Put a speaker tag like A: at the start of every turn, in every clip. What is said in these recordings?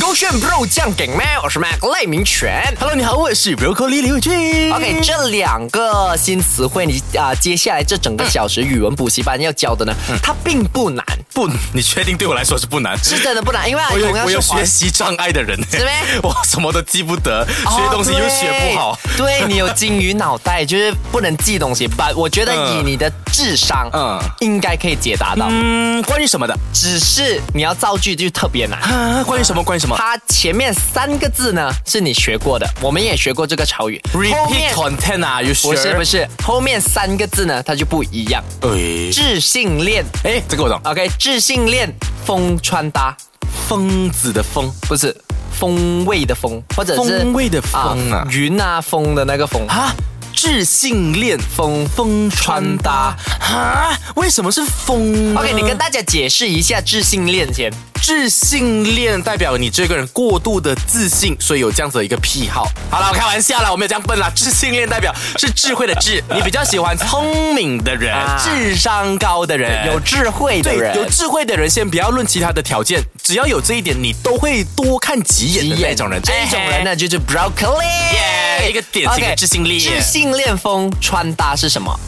A: 勾选 Bro 酱给麦，我是 Mac 赖明全。
B: 嗯
C: Hello，你好，我是 Broccoli 刘俊。
A: OK，这两个新词汇你啊、接下来这整个小时语文补习班要教的呢，
B: 嗯
A: 它并不难，
B: 不，你确定对我来说是不难？
A: 是真的不难，因为
B: 我有
A: 同样
B: 我
A: 是
B: 有
A: 华
B: 学习障碍的人，是哦
A: 咩
B: 我什么都记不得，学东西又学不好
A: 哦。对对你有金鱼脑袋，就是不能记东西。但我觉得
B: 嗯
A: 以你的智商，嗯
B: 嗯，
A: 应该可以解答到。
B: 嗯，关于什么的
A: 只是你要造句就特别难。
B: 啊？关于什么？关于什么
A: 它前面三个字呢是你学过的，我们也学过这个潮语。后
B: ？Repeat
A: 面
B: content 啊？有学？
A: 不是不是，后面三个字呢它就不一样。
B: 是，
A: 智性恋
B: 哎哎，这个我懂。
A: ，OK，智性恋风穿搭
B: 疯子的疯，
A: 不是风味的风，或者是
B: 风味的风啊
A: 云啊风的那个风。
B: 啊，智性恋
A: 风
B: 风穿搭啊？为什么是风呢
A: OK，你跟大家解释一下智性恋先。
B: 自信恋代表你这个人过度的自信，所以有这样子的一个癖好。好了，我开玩笑啦，我没有这样笨啦。自信恋代表是智慧的智，你比较喜欢聪明的人，
A: 啊
B: 智商高的人，
A: 有智慧的
B: 对
A: 人，
B: 有智慧的人，先不要论其他的条件，只要有这一点，你都会多看几眼的那种人。
A: 这一种人呢，就是 broccoli，
B: 耶一个典型的
A: OK，
B: 智性恋
A: 智性恋风穿搭是什么？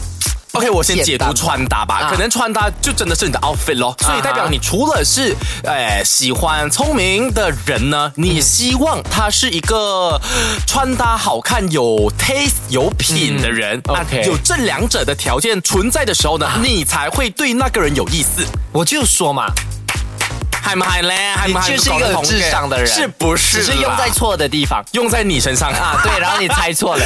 B: OK，我先解
A: 简单
B: 读穿搭吧，
A: 啊
B: 可能穿搭就真的是你的 outfit 咯，所以代表你除了是呃喜欢聪明的人呢，
A: 嗯
B: 你希望他是一个穿搭好看、有 taste、有品的人。
A: 嗯
B: 那
A: OK 啊
B: 有这两者的条件存在的时候呢，你才会对那个人有意思。
A: 我就说嘛，
B: 嗨不嗨嘞？嗨
A: 你
B: 不嗨？
A: 就是一个有智商的人，
B: 是不是
A: 只
B: 啦？
A: 是用在错的地方
B: 用在你身上
A: 啊
B: 啊，？
A: 对，然后你 猜错了。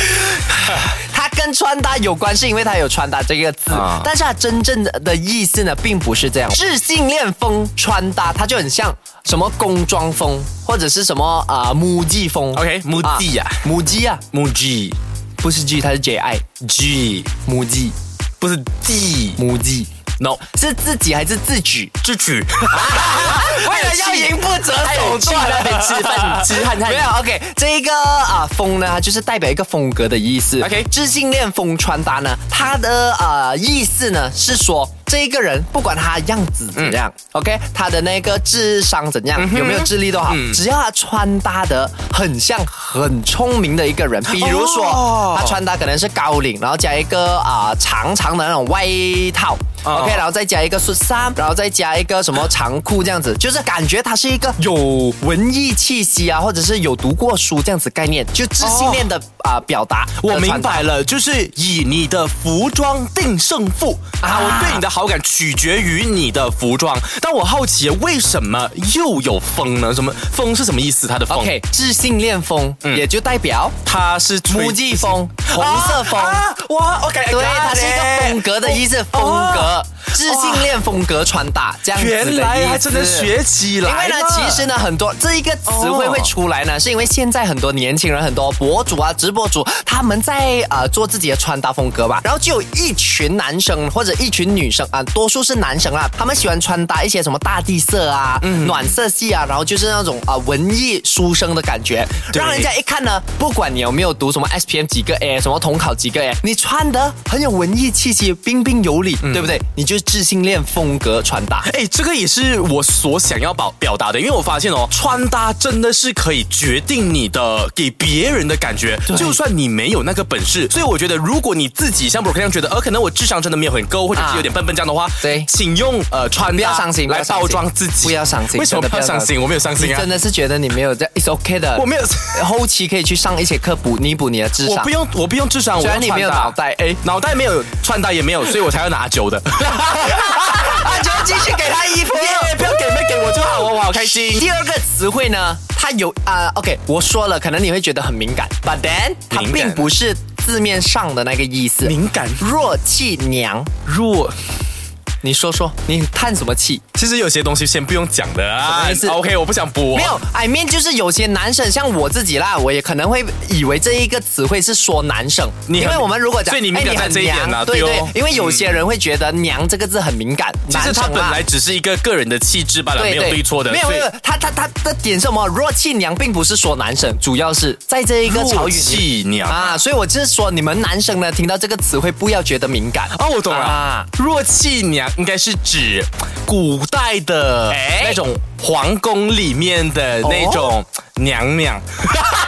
A: 它跟穿搭有关，是因为它有“穿搭”这个字，
B: 啊
A: 但是它真正的的意思呢，并不是这样。智性恋风穿搭，它就很像什么工装风，或者是什么啊、母鸡风。
B: OK，母鸡呀
A: 母鸡啊，
B: ，Muji
A: 不是 G，它是 JI，
B: G
A: 母鸡，
B: 不是 G
A: 母鸡
B: No
A: 是自己还是自举？
B: 智取。
A: 为了哎要赢不择手
B: 哎去
A: 段，啊
B: 那边吃 饭吃汉汉
A: 没有 OK，这一个啊风呢，它就是代表一个风格的意思。
B: OK
A: 自信恋风穿搭呢，它的呃意思呢是说。这一个人不管他样子怎样、o
B: 嗯
A: k 他的那个智商怎样，有没有智力都好，
B: 嗯
A: 只要他穿搭的很像很聪明的一个人，比如说、
B: 哦
A: 他穿搭可能是高领，然后加一个啊、长长的那种外套、o k 然后再加一个恤衫，然后再加一个什么长裤这样子，就是感觉他是一个有文艺气息啊，或者是有读过书这样子概念，就自信恋的啊、表达。
B: 我
A: 的
B: 明
A: 穿搭
B: 白了，就是以你的服装定胜负啊！我对你的好感取决于你的服装。但我好奇，为什么又有风呢？什么风是什么意思？它的风
A: OK，自信恋风、也就代表
B: 它是吹
A: 木季风、红色风。
B: 啊哇，OK，
A: 对，它是一个风格的意思，风格，自信恋风格穿搭这样子的意思。
B: 原来还真的学起
A: 因为
B: 来
A: 呢
B: 了。，
A: 其实呢，很多这一个词汇
B: 哦
A: 会出来呢，是因为现在很多年轻人、很多博主啊、直播主，他们在呃做自己的穿搭风格吧，然后就有一群男生或者一群女生啊，多数是男生啊，他们喜欢穿搭一些什么大地色啊、
B: 嗯
A: 暖色系啊，然后就是那种啊、文艺书生的感觉，
B: 对
A: 让人家一看呢，不管你有没有读什么 SPM 几个 A，什么统考几个 A，你穿的很有文艺气息，彬彬有礼，
B: 嗯
A: 对不对？你就是自信恋风格穿搭。
B: 哎，这个也是我所想要表表达的，因为我发现哦，穿搭真的是可以决定你的给别人的感觉，就算你没有那个本事。所以我觉得，如果你自己像 b r o 这样觉得，呃，可能我智商真的没有很高，或者
A: 啊
B: 是有点笨笨这样的话，
A: 对
B: 请用呃穿搭
A: 不要伤心不要
B: 来
A: 伤心
B: 包装自己，
A: 不要伤心
B: 为什么
A: 真的
B: 不要伤
A: 不要伤心
B: 心？我没有伤
A: 你
B: 心啊
A: 真，的是觉得你没有在，it's OK 的。
B: 我没有，
A: 后期可以去上一些课补弥补你的智
B: 我
A: 商
B: 不。用，我不用智商，我
A: 虽
B: 要
A: 然你没有
B: 穿搭
A: 脑袋， 哎，
B: 脑袋没有，穿搭也没有，所以我才要拿九 的。
A: 啊，就继续给他衣服。
B: 耶不要给，没给我就好，我好开心。
A: 第二个词汇呢，它有啊、o k 我说了，可能你会觉得很敏感，but then 它
B: 敏感啊
A: 并不是字面上的那个意思。
B: 敏感
A: 弱气娘，
B: 弱
A: 你说说，你叹什么气？
B: 其实有些东西先不用讲的
A: 什
B: 啊
A: 么意思。
B: OK，我不想补、哦。
A: 没有，I mean 就是有些男生像我自己啦，我也可能会以为这一个词汇是说男生，
B: 你
A: 因
B: 很
A: 为我们如果讲，
B: 所以你敏感
A: 哎
B: 在
A: 很
B: 这一点
A: 娘
B: 啊
A: 对
B: 对
A: 对
B: 哦，
A: 因为有些人会觉得“娘”这个字很敏感，
B: 其实
A: 男
B: 它
A: 生
B: 本
A: 啦
B: 来。只是一个个人的气质罢了，没有对错的。
A: 啊没有
B: 所
A: 没
B: 以
A: 有，他他他的点是什么？弱气娘并不是说男生，主要是在这一个潮
B: 弱
A: 语里
B: 气娘啊
A: 啊，所以我就是说你们男生呢，听到这个词汇不要觉得敏感。
B: 我懂了。
A: 啊
B: 弱气娘应该是指古代的
A: 哎
B: 那种皇宫里面的那种娘娘，
A: 哦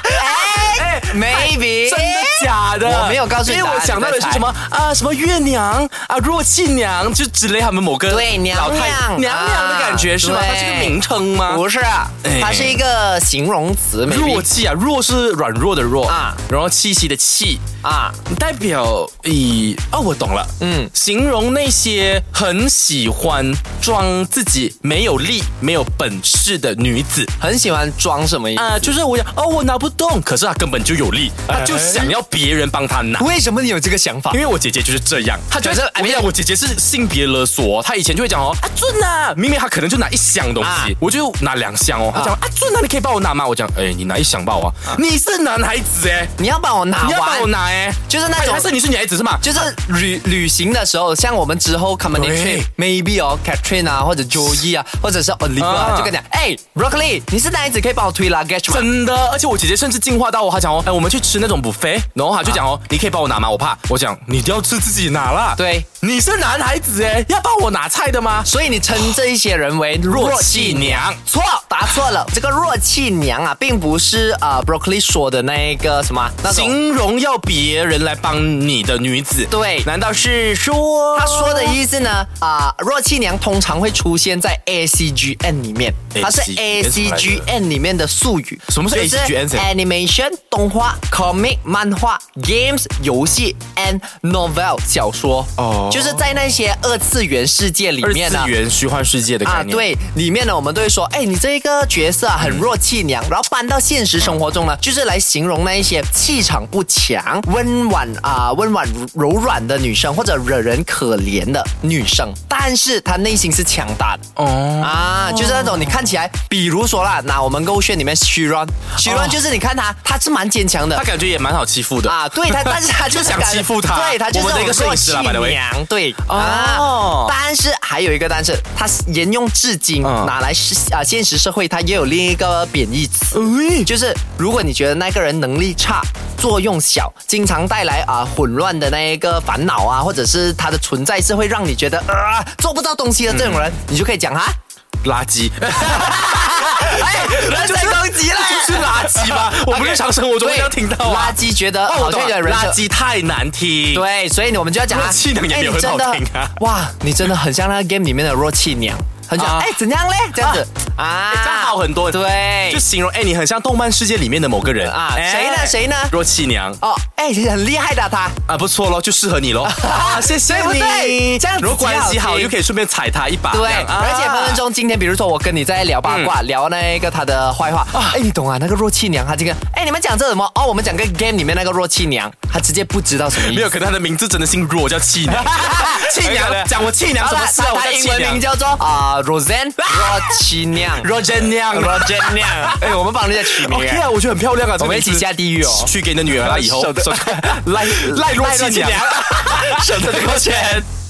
A: 哎，maybe
B: 真的假的？
A: 哎我没有告诉你
B: 因为
A: 答
B: 我
A: 案
B: 想到的
A: 你
B: 是
A: 在猜
B: 什么啊？什么月娘啊，弱气娘，就之类他们某个
A: 对娘
B: 老太
A: 娘
B: 娘娘的感觉、
A: 啊
B: 是吗？
A: 对
B: 它是个名称吗？
A: 不是，啊它是一个形容词
B: 弱
A: maybe
B: 哎气啊，弱是软弱的弱
A: 啊
B: 啊，然后气息的气
A: 啊，
B: 代表以哦，我懂了，
A: 嗯
B: 嗯，形容那些很喜欢装自己没有力、没有本事的女子
A: 很喜欢装什么意思？
B: 啊、就是我想哦，我拿不动，可是她根本就有力，她
A: 哎
B: 就想要别人帮她拿。
A: 为什么你有这个想法
B: 因？为我姐姐就是这样，她觉
A: 可是
B: 得我跟你讲，我姐姐是性别勒索，她以前就会讲哦，阿俊呐、啊，明明她可能就拿一箱东西，
A: 啊
B: 我就拿两箱哦，她讲阿俊呐、啊，你可以帮我拿吗？我讲，哎，你拿一箱吧，我、啊，你是男孩子哎，
A: 你要帮我拿
B: 你要帮
A: 完
B: 我，拿哎，
A: 就是那
B: 哎
A: 种
B: 还是你是女孩子是吗？
A: 就是旅旅行的时候，像我们之后 company
B: 对
A: trip maybe 哦，Catherine 啊，或者 Joey 啊，或者是 Olivia 啊
B: 啊
A: 就跟你讲，哎，Broccoli，你是男孩子可以帮我推 luggage 吗？
B: 真的，而且我姐姐甚至进化到我，她讲哦，哎，我们去吃那种 buffet，然后她就讲哦，你可以帮我拿吗？我怕，我讲你要吃自己拿啦。
A: 对
B: 你是男孩子哎，要帮我拿菜的吗？
A: 所以你称这一些人为弱气 娘。
B: 娘，
A: 错，答错了。这个弱气娘啊，并不是呃 broccoli 说的那一个什么啊那种。
B: 形容要别人来帮你的女子，
A: 对
B: 难道是说
A: 他说的意思呢，啊、弱气娘通常会出现在 A C G N 里面，它是 A C G N 里面的术语。
B: 什么是
A: 就是
B: ACGN 是
A: Animation 动画、comic 漫画、games 游戏 and novel 小说。哦
B: 哦，
A: 就是在那些二次元世界里
B: 二
A: 面啊呢
B: 次。元虚幻世界的
A: 啊，
B: 概念？，
A: 对，里面呢，我们都会说，哎，你这个角色啊很弱气娘，然后搬到现实生活中呢，就是来形容那一些气场不强、温婉啊、温婉柔软的女生，或者惹人可怜的女生，但是她内心是强大的。
B: 哦，
A: 啊，就是那种你看起来，比如说啦，拿我们购物圈里面
B: 哦
A: Shiron，Shiron 就是你看她，她是蛮坚强的
B: 她感觉也蛮好欺负的。
A: 啊，对她， 但是她就是
B: 就想
A: 感觉
B: 欺负她
A: 对她就是
B: 我们的一个摄影师啦
A: 那种
B: by the
A: 弱
B: way
A: 气娘，对
B: 哦
A: 啊，但是还有一个但是，它沿用至今，
B: 嗯
A: 拿来是啊现实社会，它也有另一个贬义词，
B: 哎
A: 就是如果你觉得那个人能力差。作用小，经常带来啊、混乱的那一个烦恼啊，或者是他的存在是会让你觉得啊、做不到东西的这种人，
B: 嗯
A: 你就可以讲他，
B: 垃圾，
A: 哎，人身攻击了，
B: 就是垃圾 吧？我们日常生活中会这样听到啊
A: 垃。圾觉得
B: 哦
A: 好
B: 我
A: 像
B: 懂
A: 有
B: 了
A: 人生
B: 垃圾太难听。
A: 对，所以我们就要讲啊
B: 弱气娘也没有
A: 哎你真的
B: 很好听啊
A: 哇，你真的很像那个 game 里面的弱气娘，很讲
B: 啊哎
A: 哎、怎样嘞？这样子啊，
B: 这样好很多
A: 对，
B: 就形容哎、你很像动漫世界里面的某个人哎
A: 啊谁呢谁呢
B: 若气娘
A: 哦，哎、很厉害的他，
B: 啊，不错咯，就适合你 咯。啊，谢谢
A: 对 不
B: 你。
A: 对这样子
B: 如果关系
A: 好
B: 好，
A: 听
B: 又可以顺便踩他一把。
A: 对，
B: 这样啊嗯
A: 而且分分钟今天，比如说我跟你在聊八卦，聊那个他的坏话，哎、你懂啊？那个弱气娘，她这个，哎，你们讲这什么？哦，我们讲个 game 里面那个弱气娘，她直接不知道什么意思。
B: 没有，可能他的名字真的姓若，叫气 娘。气娘，讲我气娘什么事啊？我
A: 他
B: 叫
A: 英
B: 气
A: 文名
B: 娘。
A: 叫做啊 Roseanne 若七娘
B: Roger 娘
A: ，Roseanne 娘。哎，我们帮人家 取名
B: ，OK
A: 哎
B: 啊，我觉得很漂亮啊，这
A: 我
B: 个
A: 们一
B: 名字
A: 起下地狱哦。
B: 去给你的女儿啦，以后
A: 手的
B: 赖赖若气娘，
A: 省得多
B: 多
A: 钱
B: 钱。